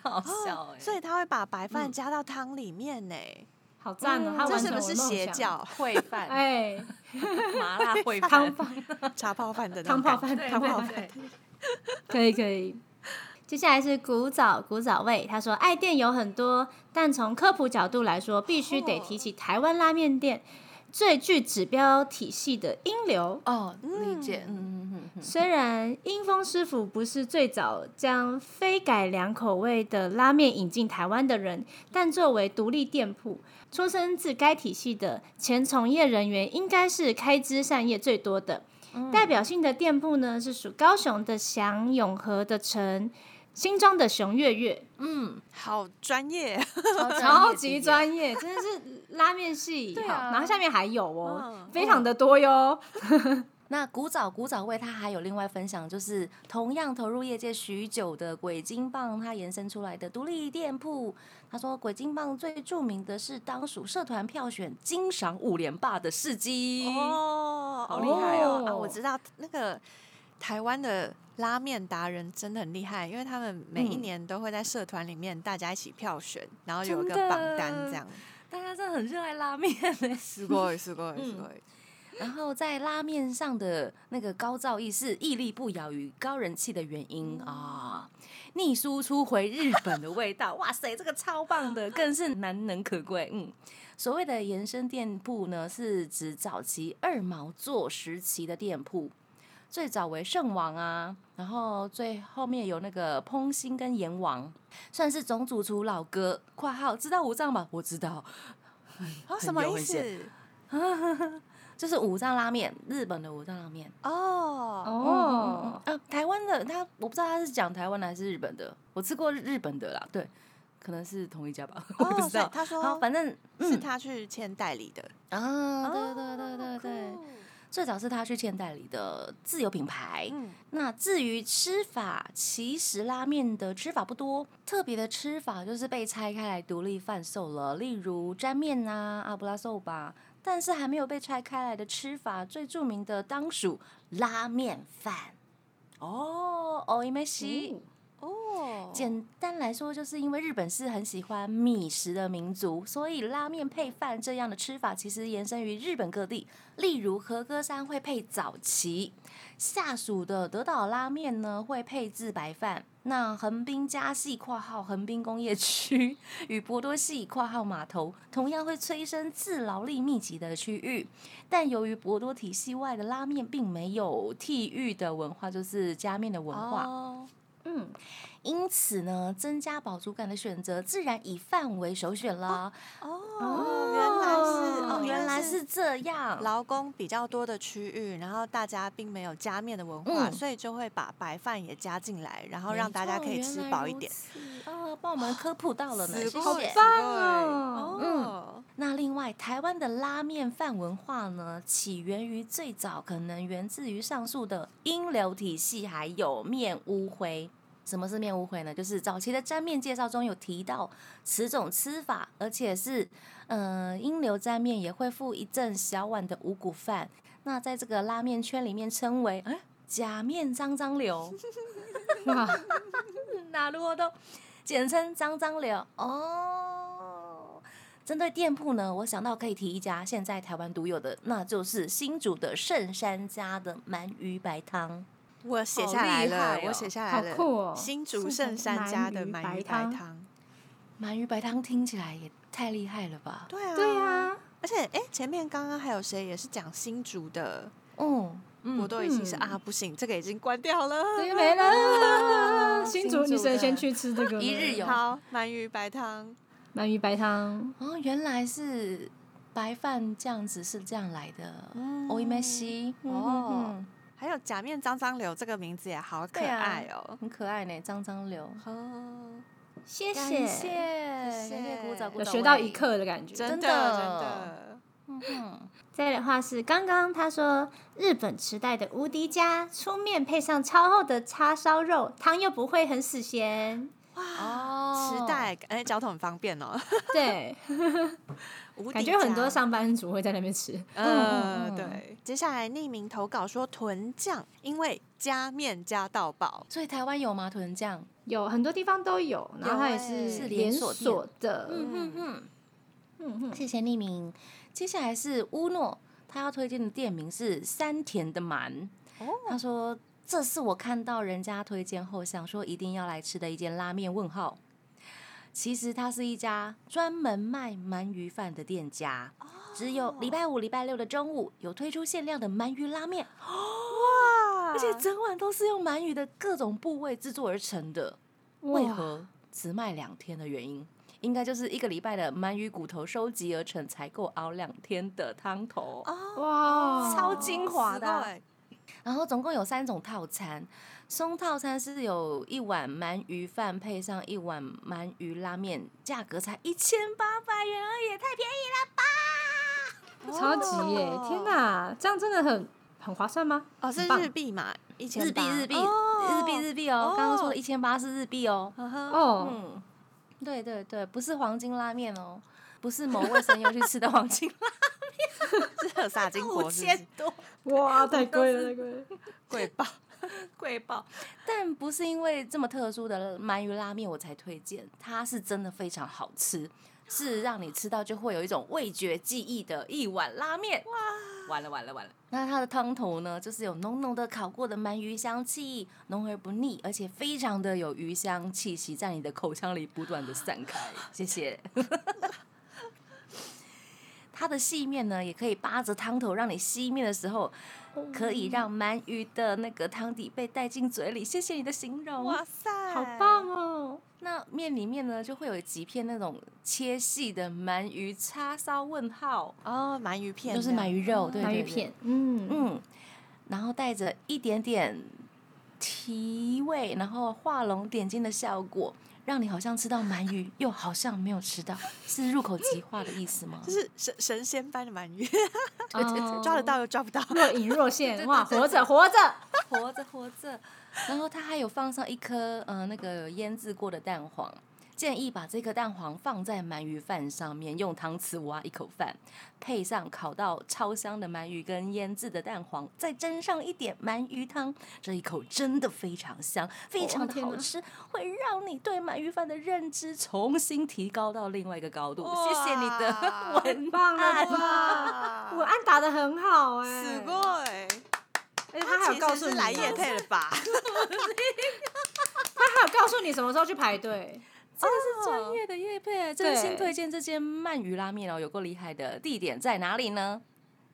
好
哦
笑哎，
所以他会把白饭加到汤里面呢、
好赞哦！他
嗯
完
这是
成
不
我
是
梦
邪
想？
教？
烩饭
哎，
麻辣烩
汤
饭，
泡
茶泡饭的那
汤
种
泡
感
饭，
觉
汤泡
汤泡
饭，可以可 以。接下来是古早古早味，他说爱店有很多，但从科普角度来说，必须得提起台湾拉面店最具指标体系的英流。
哦，理解，嗯嗯嗯
虽然英风师傅不是最早将非改良口味的拉面引进台湾的人，但作为独立店铺，出身自该体系的前从业人员应该是开枝散叶最多的。代表性的店铺呢，是属高雄的祥永和的城。新庄的熊月月
嗯
好专业，
嗯，
超级
业
专业，真的是拉面 系。
对啊
好然后下面还有哦
嗯，
非常的多哟。
那古早古早味，它还有另外分享，就是同样投入业界许久的鬼金棒，它延伸出来的独立店铺。他说，鬼金棒最著名的是当属社团票选金赏五连霸的事迹。
哦，好
好
厉
厉
害
害
哦
哦！
啊，我知道那个台湾的拉面达人真的很厉害，因为他们每一
嗯
年都会在社团里面大家一起票选，然后有一个
真的
榜单这样。
大家真的很热爱拉面、
すごいすごいすご
嗯
い。
然后在拉面上的那个高造诣是屹立不摇与高人气的原因啊、逆输出回日本的味道，哇塞，这个超棒的，更是难能可贵。嗯，所谓的延伸店铺呢，是指早期二毛座时期的店铺，最早为圣王啊，然后最后面有那个烹心跟阎王，算是总主厨老哥（括号知道五藏吧？我知道，
啊，
很
什么
有
意
很显
思？
就是五藏拉面，日本的五藏拉面）。
哦，
哦
嗯，呃，台湾的他，我不知道他是讲台湾的还是日本的，我吃过日本的啦，对，可能是同一家吧， 我不
哦，
知
所以
道。
他
好，
说
反正
是
嗯
他去签代理的。
啊，对对对对对，
哦酷
最早是他去千代里的自有品牌，
嗯，
那至于吃法，其实拉面的吃法不多，特别的吃法就是被拆开来独立贩售了，例如沾面啊、阿布拉寿吧。但是还没有被拆开来的吃法，最著名的当属拉面饭。哦，哦，伊梅西。
哦，
简单来说，就是因为日本是很喜欢米食的民族，所以拉面配饭这样的吃法其实延伸于日本各地。例如和歌山会配早崎，下属的德岛拉面呢会配置白饭。那横滨加系（括号横滨工业区）与博多系（括号码头）同样会催生自劳力密集的区域，但由于博多体系外的拉面并没有地域的文化，就是加面的文化。
哦
嗯，
因此呢，增加饱足感的选择自然以饭为首选啦。
哦，原来是哦，
原来
是
是这
嗯
样。
劳工比较多的区域，然后大家并没有加面的文化，
嗯
所以就会把白饭也加进来，然后让大家可以吃饱一点。
啊，帮我们科普到了呢，谢
死过
谢。
棒哦
哦，
那另外，台湾的拉面饭文化呢，起源于最早可能源自于上述的英流体系，还有面乌灰。什么是面乌灰呢？就是早期的沾面介绍中有提到此种吃法，而且是，呃，英流沾面也会附一阵小碗的五谷饭，那在这个拉面圈里面称为哎假面脏脏流。
哇，
哪路都简称脏脏流哦。针对店铺呢，我想到可以提一家现在台湾独有的，那就是新竹的圣山家的鳗鱼白汤。
我写
好
下来
厉
了
害，
我
哦
写下
好
来了。
酷哦
新竹
是
圣山
鳗
家的
鱼
鳗
白
鱼白
汤
汤。
鳗鱼白汤听起来也太厉害了吧？
对啊，
对呀、
而且哎，前面刚刚还有谁也是讲新竹的，
嗯，
我都已经是
嗯
啊，不行，这个已经关掉了。
对，啊没了。啊新竹
啊新
女
竹的
神先去吃这个了
一日游
好，鳗鱼白汤，
鳗鱼白汤，
哦，原来是白饭酱子是这样来的。
嗯
哦，伊梅西
哦
哦，
还有假面脏脏流这个名字也好可
对啊
爱哦。
很可爱呢，脏脏流。
哦，
谢
感
谢，
谢，
谢
感谢鼓掌，
有
鼓掌。
学到一，课的感觉。
真的真
真的
的，
嗯哼，
再来的话是刚刚他说日本时代的无敌家粗面配上超厚的叉烧肉，汤又不会很死咸。
哦，
时代哎，交通很方 便哦，
对，
无敌
感觉很
家
多上班族会在那边吃。
呃，
嗯嗯
对。接下来匿名投稿说豚酱，因为加面加到饱，
所以台湾有麻豚酱，
有很多地方都有，然后它也
欸
是
连
连锁店
锁的。
嗯嗯
嗯嗯
嗯，谢谢匿名。接下来是乌诺，他要推荐的店名是山田的鳗。
哦
他说这是我看到人家推荐后想说一定要来吃的一间拉面。问号，其实它是一家专门卖鳗鱼饭的店家。只有礼拜五、礼拜六的中午有推出限量的鳗鱼拉面，
哇
而且整碗都是用鳗鱼的各种部位制作而成的。为
哇
何只卖两天的原因，应该就是一个礼拜的鳗鱼骨头收集而成，才够熬两天的汤头。
嗯
哦，
哇，
超精华的啊
死过
然后总共有三种套餐，松套餐是有一碗鳗鱼饭配上一碗鳗鱼拉面，价格才一千八百元而已，也太便宜了吧！
超级耶！天哪，这样真的很很划算吗？
哦，是
很棒
日币嘛，一千
日币日币、日币日
币，
币哦，刚刚说
哦
的一千八是日币哦。
嗯哼
哦，
嗯，对对对，不是黄金拉面哦，不是某卫生又去吃的黄金拉
是有撒 金
面，
箔，
五
是不
千
是
多。
哇，太贵了，太贵了！
贵爆，
贵爆！但不是因为这么特殊的鳗鱼拉面我才推荐，它是真的非常好吃，是让你吃到就会有一种味觉记忆的一碗拉面。哇！完了完了完了！那它的汤头呢，就是有浓浓的烤过的鳗鱼香气，浓而不腻，而且非常的有鱼香气息，在你的口腔里不断的散开。谢谢。它的细面呢，也可以扒着汤头，让你吸面的时候可以让鳗鱼的那个汤底被带进嘴里。谢谢你的形容。
哇塞，
好棒！哦！
那面里面呢，就会有几片那种切细的鳗鱼叉烧问号，
哦，鳗鱼片
就
这
是
样，
鳗鱼肉，对
鳗鱼，
对对
片，嗯
嗯，然后带着一点点提味，然后画龙点睛的效果，让你好像吃到鳗鱼，又好像没有吃到，是入口即化的意思吗
就？是神神仙般的鳗鱼，
哦
抓得到又抓不到，
若隐若现，
对
哇，
对对
活着活着，
活着活着。然后它还有放上一颗呃那个腌制过的蛋黄，建议把这颗蛋黄放在鳗鱼饭上面，用汤匙挖一口饭，配上烤到超香的鳗鱼跟腌制的蛋黄，再蒸上一点鳗鱼汤，这一口真的非常香，非常的
哦天哪
好吃，会让你对鳗鱼饭的认知重新提高到另外一个高度。
哇
谢谢你的文
棒了吧！
啊 哇
我按哎打的很好哎，
欸
死过哎，
而且他还有告诉
其实
你
是来夜配了吧？
他还有告诉你什么时候去排队。
这是专业的叶配，真心
对
推荐这间鳗鱼拉面哦，有够厉害的。地点在哪里呢？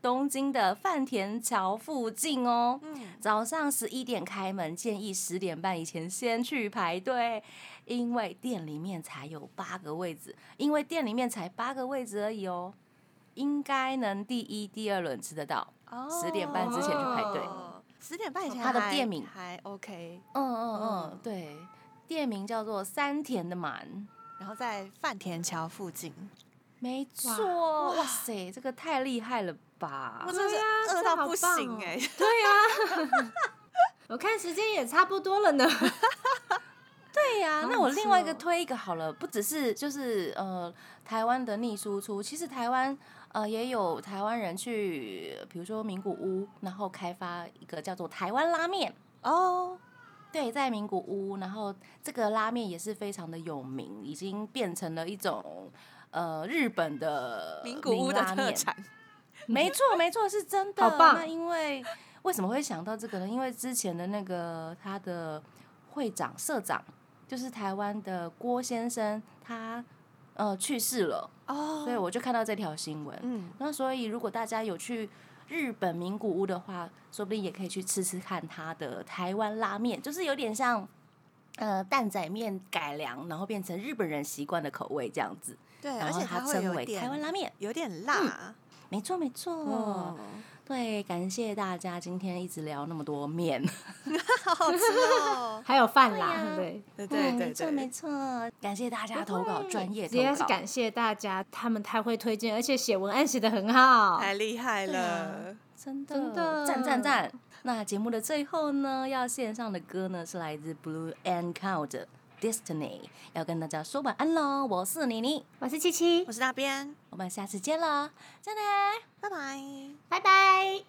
东京的饭田桥附近哦。
嗯，
早上十一点开门，建议十点半以前先去排队，因为店里面才有八个位置，因为店里面才八个位置而已哦，应该能第一、第二轮吃得到。
哦
10点半之前去排队
哦，十点半以前
它的
还
店名
还 OK，
嗯嗯
嗯
嗯，对，店名叫做三田的满。
然后在饭田桥附近，
没错，哇塞，这个太厉害了吧
我！真的
对啊
是饿
这
到
好
不
棒
行
哦
哎、
我看时间也差不多了呢。
对呀、
好
那我
好吃
另外一个
哦
推一个好了，不只是就是呃台湾的逆输出，其实台湾呃也有台湾人去，比如说名古屋，然后开发一个叫做台湾拉面。
哦，
对，在名古屋，然后这个拉面也是非常的有名，已经变成了一种呃日本的
名古屋的
拉
特
面
产，
没错，没错，是真的。
好棒，
那因为为什么会想到这个呢？因为之前的那个他的会长、社长，就是台湾的郭先生，他呃去世了，
哦
所以我就看到这条新闻。
嗯，
那所以如果大家有去日本名古屋的话，说不定也可以去吃吃看他的台湾拉面，就是有点像。呃，蛋仔面改良，然后变成日本人习惯的口味这样子，
对，
然
而
后
且
它
它会
称
有
为
点
台湾拉面，
有点辣，
没错没错。
嗯，
对，感谢大家今天一直聊那么多面。
好好吃哦
还有饭啦，
对呀
对不对？
嗯
对对对
没错没
对，
错，嗯感谢大家投稿，专业投
实在
稿。
是感谢大家，他们太会推荐，而且写文案写的很好。
太厉害了，
真的
真的
赞 赞赞！那节目的最后呢，要献上的歌呢是来自 Blue and Cow 的 Destiny，要跟大家说晚安喽。我是妮妮，
我是七七
我，是那边，
我们下次见了，再见。
拜拜。
拜拜。